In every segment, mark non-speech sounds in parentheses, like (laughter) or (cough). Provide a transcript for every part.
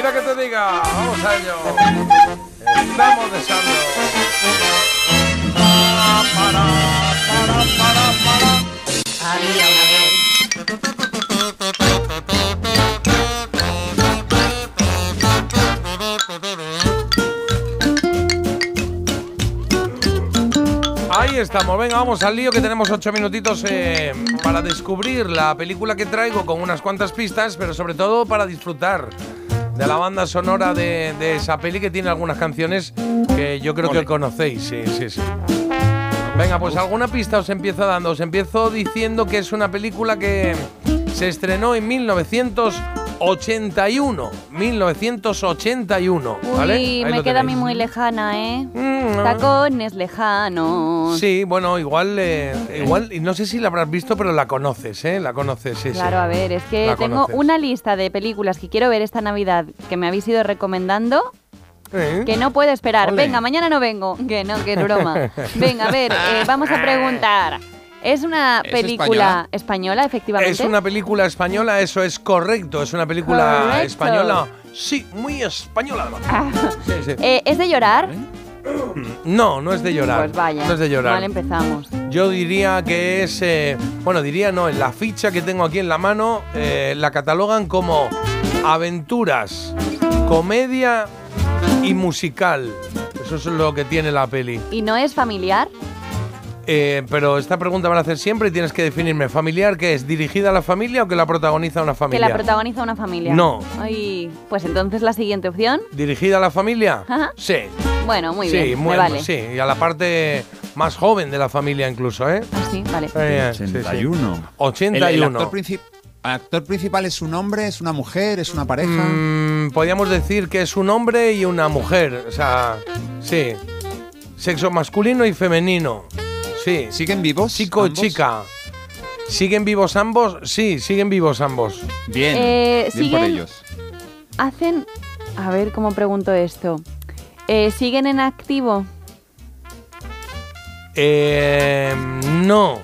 Venga, vamos a ello. Estamos deseando. Para, para, para, para. Había una vez. Ahí estamos, venga, vamos al lío que tenemos ocho minutitos eh, para descubrir la película que traigo con unas cuantas pistas, pero sobre todo para disfrutar de la banda sonora de, de esa peli que tiene algunas canciones que yo creo que conocéis, sí, sí, sí. Venga, pues alguna pista os empiezo dando, os empiezo diciendo que es una película que se estrenó en 1981, 1981, Uy, ¿vale? Ahí me lo queda a mí tenéis. muy lejana, ¿eh? Mm, Tacones lejanos. Sí, bueno, igual, eh, igual, y no sé si la habrás visto, pero la conoces, ¿eh? La conoces, sí, sí. Claro, a ver, es que La tengo conoces. una lista de películas que quiero ver esta Navidad que me habéis ido recomendando ¿Eh? que no puedo esperar. Ole. Venga, mañana no vengo. Que no, que (laughs) es broma. Venga, a ver, eh, vamos a preguntar. ¿Es una ¿Es película española, efectivamente? Es una película española, eso es correcto, es una película Correcto. española. Sí, muy española además. Sí, sí. Eh, ¿Es de llorar? No, no es de llorar. Pues vaya. pues- No es de llorar. Mal empezamos. Yo diría que es, eh, bueno, diría no, en la ficha que tengo aquí en la mano eh, la catalogan como aventuras, comedia y musical. Eso es lo que tiene la peli. ¿Y no es familiar? Eh, pero esta pregunta van a hacer siempre y tienes que definirme. ¿Familiar qué es? ¿Dirigida a la familia o que la protagoniza una Que familia? la protagoniza una familia. No. Ay, pues entonces la siguiente opción. ¿Dirigida a la familia? Ajá. Sí. Bueno, muy sí, bien. muy- me vale. sí, y a la parte más joven de la familia incluso, ¿eh? Ah, sí, vale. Muy bien, sí, sí. 81. El, 81. el actor, princip- actor principal es un hombre, es una mujer, es una pareja. Mm, podríamos decir que es un hombre y una mujer. O sea, sí. Sexo masculino y femenino. Sí. ¿Siguen vivos? Chico y ambos? chica. ¿Siguen vivos ambos? Sí, siguen vivos ambos. Bien. Eh, bien por siguen- ellos. Hacen. A ver cómo pregunto esto. Eh, ¿Siguen en activo? Eh, no.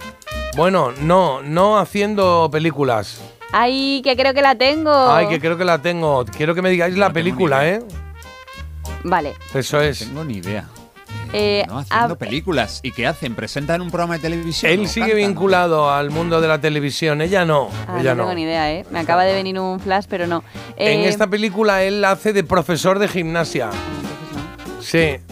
Bueno, no, no haciendo películas. Ay, que creo que la tengo. Ay, que creo que la tengo. Quiero que me digáis la No tengo ni película, idea. ¿eh? Vale. Eso es. Tengo ni idea. Eh, No, haciendo hab- películas. ¿Y qué hacen? ¿Presentan un programa de televisión? Él ¿O sigue cantan? vinculado al mundo de la televisión, ella no. Ah, ella no. no tengo ni idea, ¿eh? Me acaba de venir un flash, pero no. En Eh, esta película él hace de profesor de gimnasia. entonces no.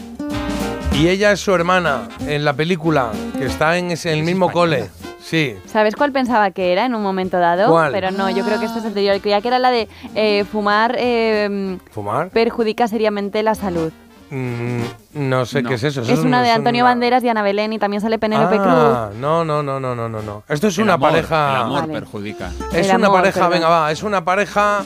Sí. Y ella es su hermana en la película, que está en, ese- en el Es mismo española. cole. Sí. ¿Sabes cuál pensaba que era en un momento dado? ¿Cuál? Pero no, yo creo que esta es anterior. Creía que era la de eh, fumar eh, ¿Fumar? perjudica seriamente la salud. Mm, no sé No. qué es eso. Eso es una un- de Antonio una- Banderas y Ana Belén y también sale Penélope Ah, no, no, no, no, no, no, no. Esto es El una amor, pareja. El amor Vale. perjudica. Es El una amor, pareja, perdón. venga, va, es una pareja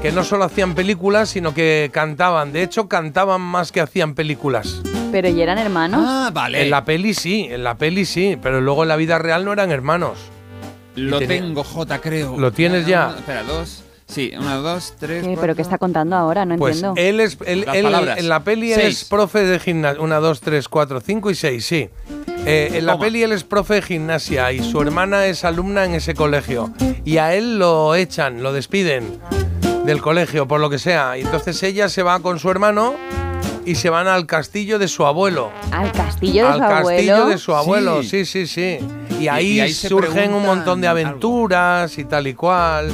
que no solo hacían películas, sino que cantaban. De hecho, cantaban más que hacían películas. Cruz. Pero ¿y eran hermanos? Ah, vale. En la peli sí, en la peli sí, pero luego en la vida real no eran hermanos. Lo tenía- tengo, J, creo. ¿Lo tienes Una, ya? una- espera, dos. Sí, una, dos, tres. ¿Qué? cuatro. ¿Pero qué está contando ahora? No Pues entiendo. él es él- Las él- palabras. en la peli él Seis. es profe de gimnasia, una, dos, tres, cuatro, cinco y seis, sí. Eh, en la Toma. peli él es profe de gimnasia y su hermana es alumna en ese colegio y a él lo echan, lo despiden del colegio por lo que sea y entonces ella se va con su hermano y se van al castillo de su abuelo. Al castillo de al su castillo abuelo. de su abuelo, sí, Sí. sí, sí. Y ahí, y ahí se surgen un montón de preguntan algo. aventuras y tal y cual.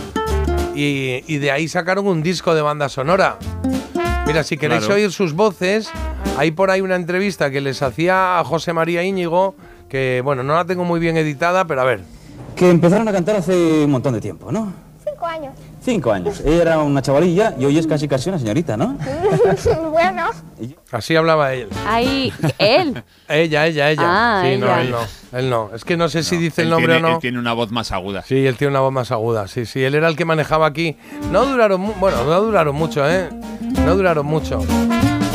Y, y de ahí sacaron un disco de banda sonora. Mira, si queréis Claro. oír sus voces, hay por ahí una entrevista que les hacía a José María Íñigo, que bueno, no la tengo muy bien editada, pero a ver. Que empezaron a cantar hace un montón de tiempo, ¿no? Cinco años. (laughs) Cinco años. Ella era una chavalilla y hoy es casi casi una señorita, ¿no? bueno, Así hablaba él. Ahí, él. Ella, ella, ella. Ah, sí, no, ella. él no. Él no. Es que no sé si dice el Él nombre tiene- o no. Él tiene una voz más aguda. Sí, él tiene una voz más aguda. Sí, sí, él era el que manejaba aquí. No duraron, mu- bueno, no duraron mucho, ¿eh? No duraron mucho.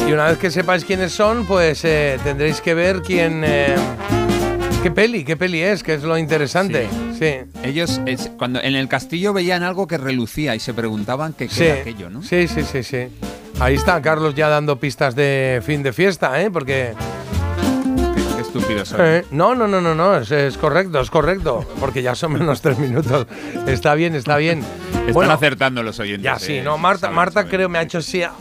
Y una vez que sepáis quiénes son, pues eh, tendréis que ver quién, eh, qué peli, qué peli es, que es lo interesante. Sí, Ellos, es- cuando en el castillo veían algo que relucía y se preguntaban qué qué sí, era aquello, ¿no? sí, sí, sí, sí. Ahí está Carlos ya dando pistas de fin de fiesta, ¿eh? Porque Que- que estúpido soy. Eh, no, no, no, no, no, es, es correcto, es correcto, porque ya son menos (laughs) tres minutos. Está bien, está bien. Están Bueno, acertando los oyentes. Ya sí, eh, no, Marta, saben, Marta saben. creo me ha hecho así, ah,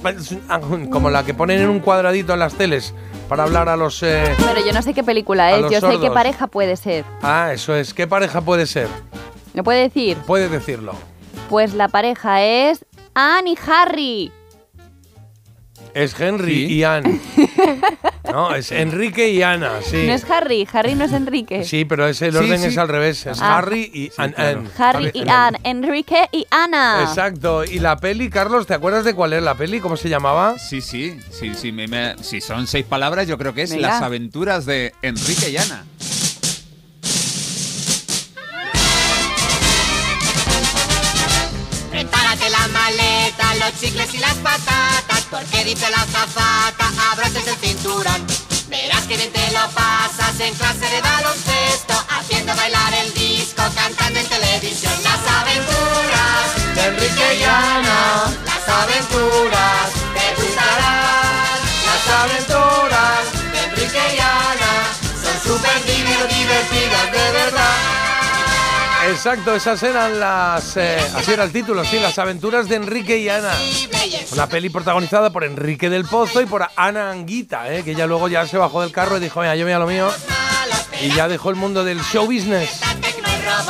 como la que ponen en un cuadradito en las teles para hablar a los. eh, Pero yo no sé qué película (laughs) A es, los yo sé qué sordos. pareja puede ser. Ah, eso es. ¿Qué pareja puede ser? ¿Me puede decir? Puedes decirlo. Pues la pareja es Anne y Harry. Es Henry Sí. y (laughs) Anne. No, es Enrique y Ana, sí. No es Harry, Harry no es Enrique. Sí, pero es el Sí, orden sí. es al revés. Es Ah. Harry y Anne. claro. Anne. Harry y Anne, Enrique y Ana. Exacto. Y la peli, Carlos, ¿te acuerdas de cuál es la peli? ¿Cómo se llamaba? Sí, sí, sí, sí, me- me- si son seis palabras, yo creo que es Venga. Las aventuras de Enrique y Ana. Prepárate la maleta, los chicles y las patatas, porque dice la zafata, abraces el cinturón. Verás que bien te lo pasas en clase de baloncesto, haciendo bailar el disco, cantando en televisión. Las aventuras de Enrique y Ana, las aventuras te gustarán. Las aventuras de Enrique y Ana son súper divertidas de verdad. Exacto, esas eran las. eh, así era el título, sí, Las aventuras de Enrique y Ana. Una peli protagonizada por Enrique del Pozo y por Ana Anguita, eh, que ya luego ya se bajó del carro y dijo, mira, yo voy a lo mío. Y ya dejó el mundo del show business.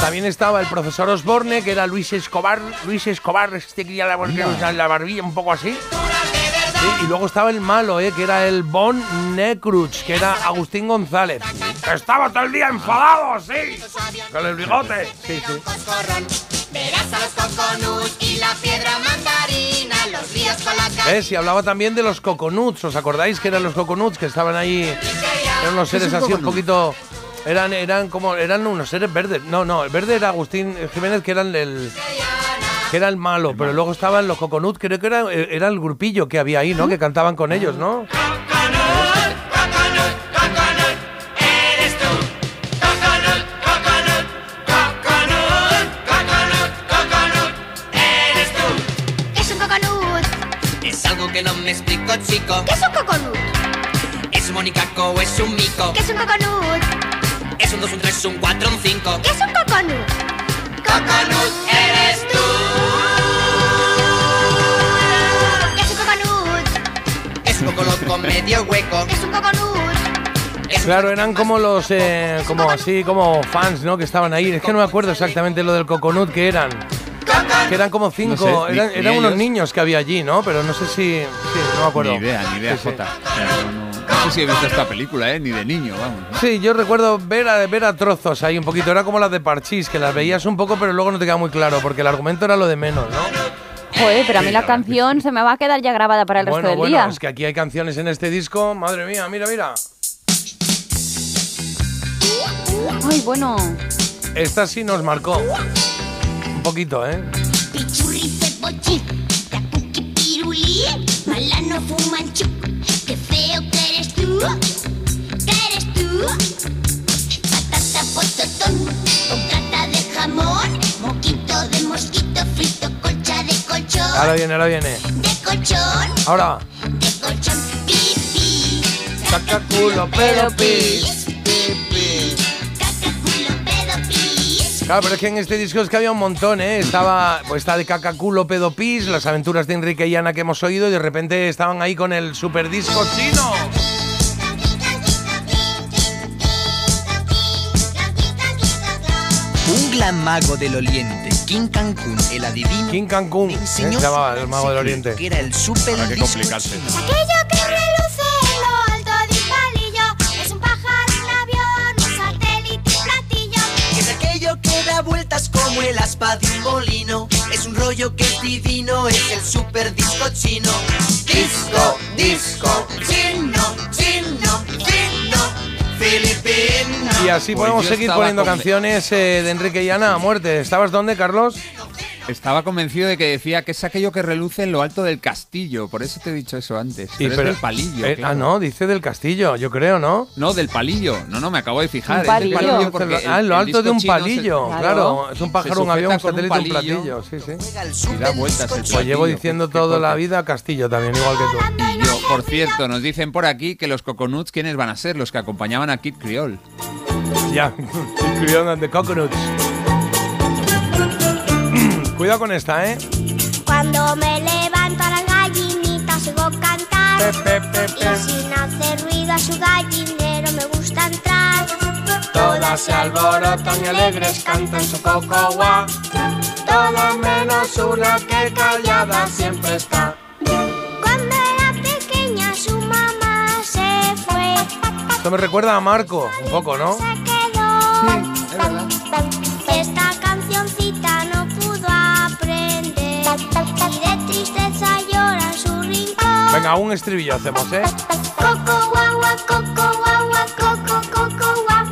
También estaba el profesor Osborne, que era Luis Escobar. Luis Escobar, este que ya la, la- la barbilla un poco así. Sí, y luego estaba el malo, eh, que era el Bon Necruch, que era Agustín González. Estaba todo el día enfadado, sí. Con el bigote. Sí, sí. coscorrón. Verás a los coconut y la piedra mandarina, los líos con la cara. ¿Ves? Y hablaba también de los coconuts. ¿Os acordáis que eran los coconuts que estaban ahí? Eran unos ¿Qué es seres un así un coconut? poquito. Eran, eran como. Eran unos seres verdes. No, no, el verde era Agustín Jiménez, que eran el. Que era el malo, pero luego estaban los coconuts, creo que era, eh, era el grupillo que había ahí, ¿no? Que cantaban con ellos, ¿no? Coconut, coconut, coconut, eres tú. Coconut, coconut, coconut, coconut, coconut, eres tú. Es un coconut. Es algo que no me explico, chico. ¿Qué es un coconut? Es un monicaco, es un mico. ¿Qué es un coconut? Es un 2, un 3, un 4, un 5. ¿Qué es un coconut? Coconut, eres tú. ¿Qué es un coconut? Es un poco loco, medio hueco. ¿Qué es un coconut? Es un Claro, poco eran más como los. eh, como así, como fans, ¿no? Que estaban ahí. Es que no me acuerdo exactamente lo del coconut que eran. Que eran como cinco. No sé, ni- eran ni eran unos ellos. niños que había allí, ¿no? Pero no sé si. sí, no me acuerdo. Ni idea, ni idea, Sí, sí. Jota. O sea, no, no- no sé si he visto esta película, ¿eh? Ni de niño, vamos. ¿no? Sí, yo recuerdo ver a, ver a trozos ahí un poquito. Era como las de Parchís, que las veías un poco, pero luego no te queda muy claro, porque el argumento era lo de menos, ¿no? Joder, pero a mí Sí, la la verdad canción se me va a quedar ya grabada para el bueno, resto del bueno, día. es que aquí hay canciones en este disco. Madre mía, mira, mira. Ay, bueno. Esta sí nos marcó. Un poquito, ¿eh? Pichurri, pebochi, tapuqui, pirulí, malano, fumanchu, qué feo que eres tú, que eres tú. Patata, pototón, con cata de jamón, moquito de mosquito frito, colcha de Ahora colchón, viene, ahora viene. de colchón, Ahora. de colchón, pipi, Saca culo, pero pis. caca, culo, pedo, pis. Claro, pero es que en este disco es que había un montón, ¿eh? Estaba, pues está de cacaculo, pedopis, las aventuras de Enrique y Ana que hemos oído, y de repente estaban ahí con el super disco chino. Un gran mago del oriente, King Cancún, el adivino, King Cancún, ¿eh? se enseñó llamaba el mago del oriente. que era el super Habrá que disco complicarse. chino. Aquello que reluce en lo alto de un palillo es un pájaro, un avión, un satélite, un platillo. Es aquello que da vueltas como el aspa de un molino. Es un rollo que es divino, es el super disco chino. Disco, disco, chino, chino, chino, filipino. Y así Pues podemos yo seguir estaba poniendo conven- canciones eh, de Enrique y Ana a muerte. ¿Estabas dónde, Carlos? Estaba convencido de que decía que es aquello que reluce en lo alto del castillo. Por eso te he dicho eso antes. Y pero es pero- del palillo. Eh, claro. Ah, no, dice del castillo, yo creo, ¿no? No, del palillo. No, no, me acabo de fijar. Un es del palillo. palillo porque ah, en lo el alto de disco un chino se- palillo, Claro. claro. Es un Se pájaro, un sujeta avión, un con un satélite, un platillo. palillo. Sí, sí. Juega el Y da super vueltas disco el chino. Pues llevo Platillo, diciendo qué- qué toda la corte. vida castillo también, igual que tú. Dando y Y yo, Por cierto, nos dicen por aquí que los Coconuts, ¿quiénes van a ser? Los que acompañaban a Kid Creole. (laughs) Ya, Creon and the Coconuts. (clears throat) Cuidado con esta, ¿eh? Cuando me levanto a las gallinitas oigo cantar Pe, pe, pe, pe. Y sin hacer ruido a su gallinero me gusta entrar Todas se alborotan y alegres cantan su coco guá Todas menos una que callada siempre está. Cuando era pequeña su mamá se fue Esto me recuerda a Marco, un poco, ¿no? Se quedó Esta cancioncita no pudo aprender Y de tristeza llora en su rincón Venga, un estribillo hacemos, ¿eh? Coco guagua, coco guagua, coco coco guau.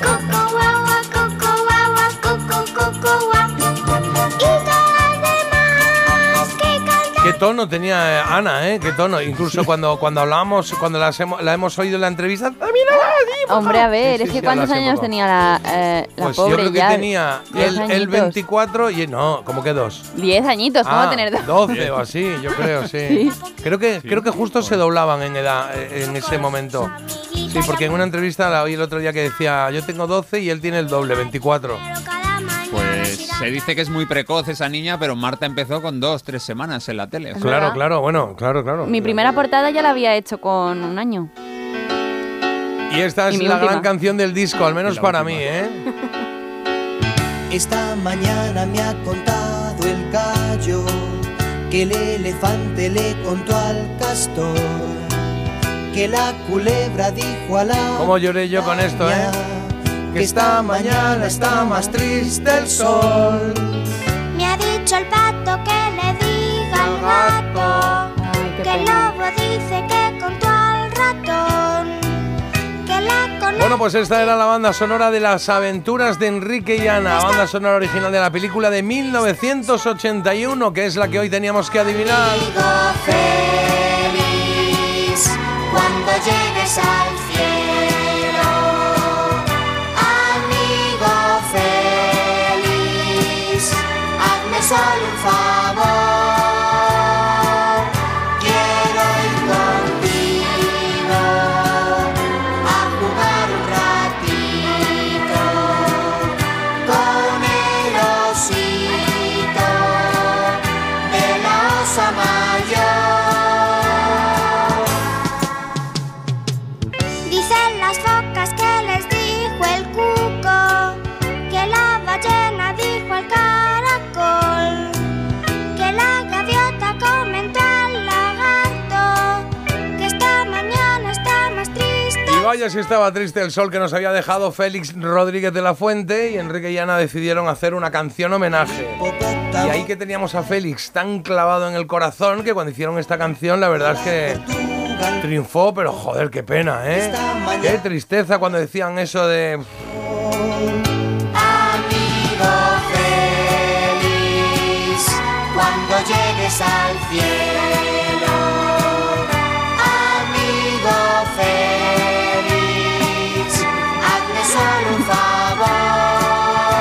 Coco guagua, coco guagua, coco coco guau. Y todas demás que cantan. Qué tono tenía eh, Ana, ¿eh? Qué tono. Incluso cuando, cuando hablábamos, cuando las hemo- la hemos oído en la entrevista. ¡Ah, mira! sí, por Hombre, favor! a ver, Sí, es sí, que sí, ¿cuántos habla así un años poco. tenía la, eh, la Pues pobre yo creo que ya? tenía Diez el, el añitos. 24 y... No, ¿cómo que dos? Diez añitos, ¿cómo Ah, tener dos? 12 o así, yo creo, sí. Creo que, creo que justo se doblaban en edad eh, en ese momento. Sí, porque en una entrevista la oí el otro día que decía, yo tengo 12 y él tiene el doble, 24. Pero cada mañana Pues se irá se dice que es muy precoz esa niña, pero Marta empezó con dos, tres semanas en la tele. O sea, Claro, verdad. claro, bueno, claro, claro. Mi primera portada ya la había hecho con un año. Y esta es y mi la gran última. canción del disco, al menos la para última. mí, ¿eh? Esta mañana me ha contado el gallo que el elefante le contó al castor, que la culebra dijo a la. ¿Cómo lloré yo con esto, eh? Que esta mañana está más triste el sol. Me ha dicho el pato que le diga al gato Ay, qué Que el pena. lobo dice que contó al ratón Que la conoce Bueno, pues esta era la banda sonora de Las aventuras de Enrique y Ana, banda sonora original de la película de 1981, que es la que hoy teníamos que adivinar. feliz cuando llegues al cielo. Amigo feliz, hazme solo un favor. Quiero ir contigo a jugar un ratito con el osito de la osa mayor. Dicen las focas que les dijo el cuco, que la ballena dijo el caracol, que la gaviota comentó al lagarto, que esta mañana está más triste. Y vaya si estaba triste el sol que nos había dejado Félix Rodríguez de la Fuente y Enrique y Ana decidieron hacer una canción homenaje. Y ahí que teníamos a Félix tan clavado en el corazón que cuando hicieron esta canción la verdad es que triunfó, pero joder, qué pena, ¿eh? Qué tristeza cuando decían eso de... Amigo feliz, cuando llegues al cielo.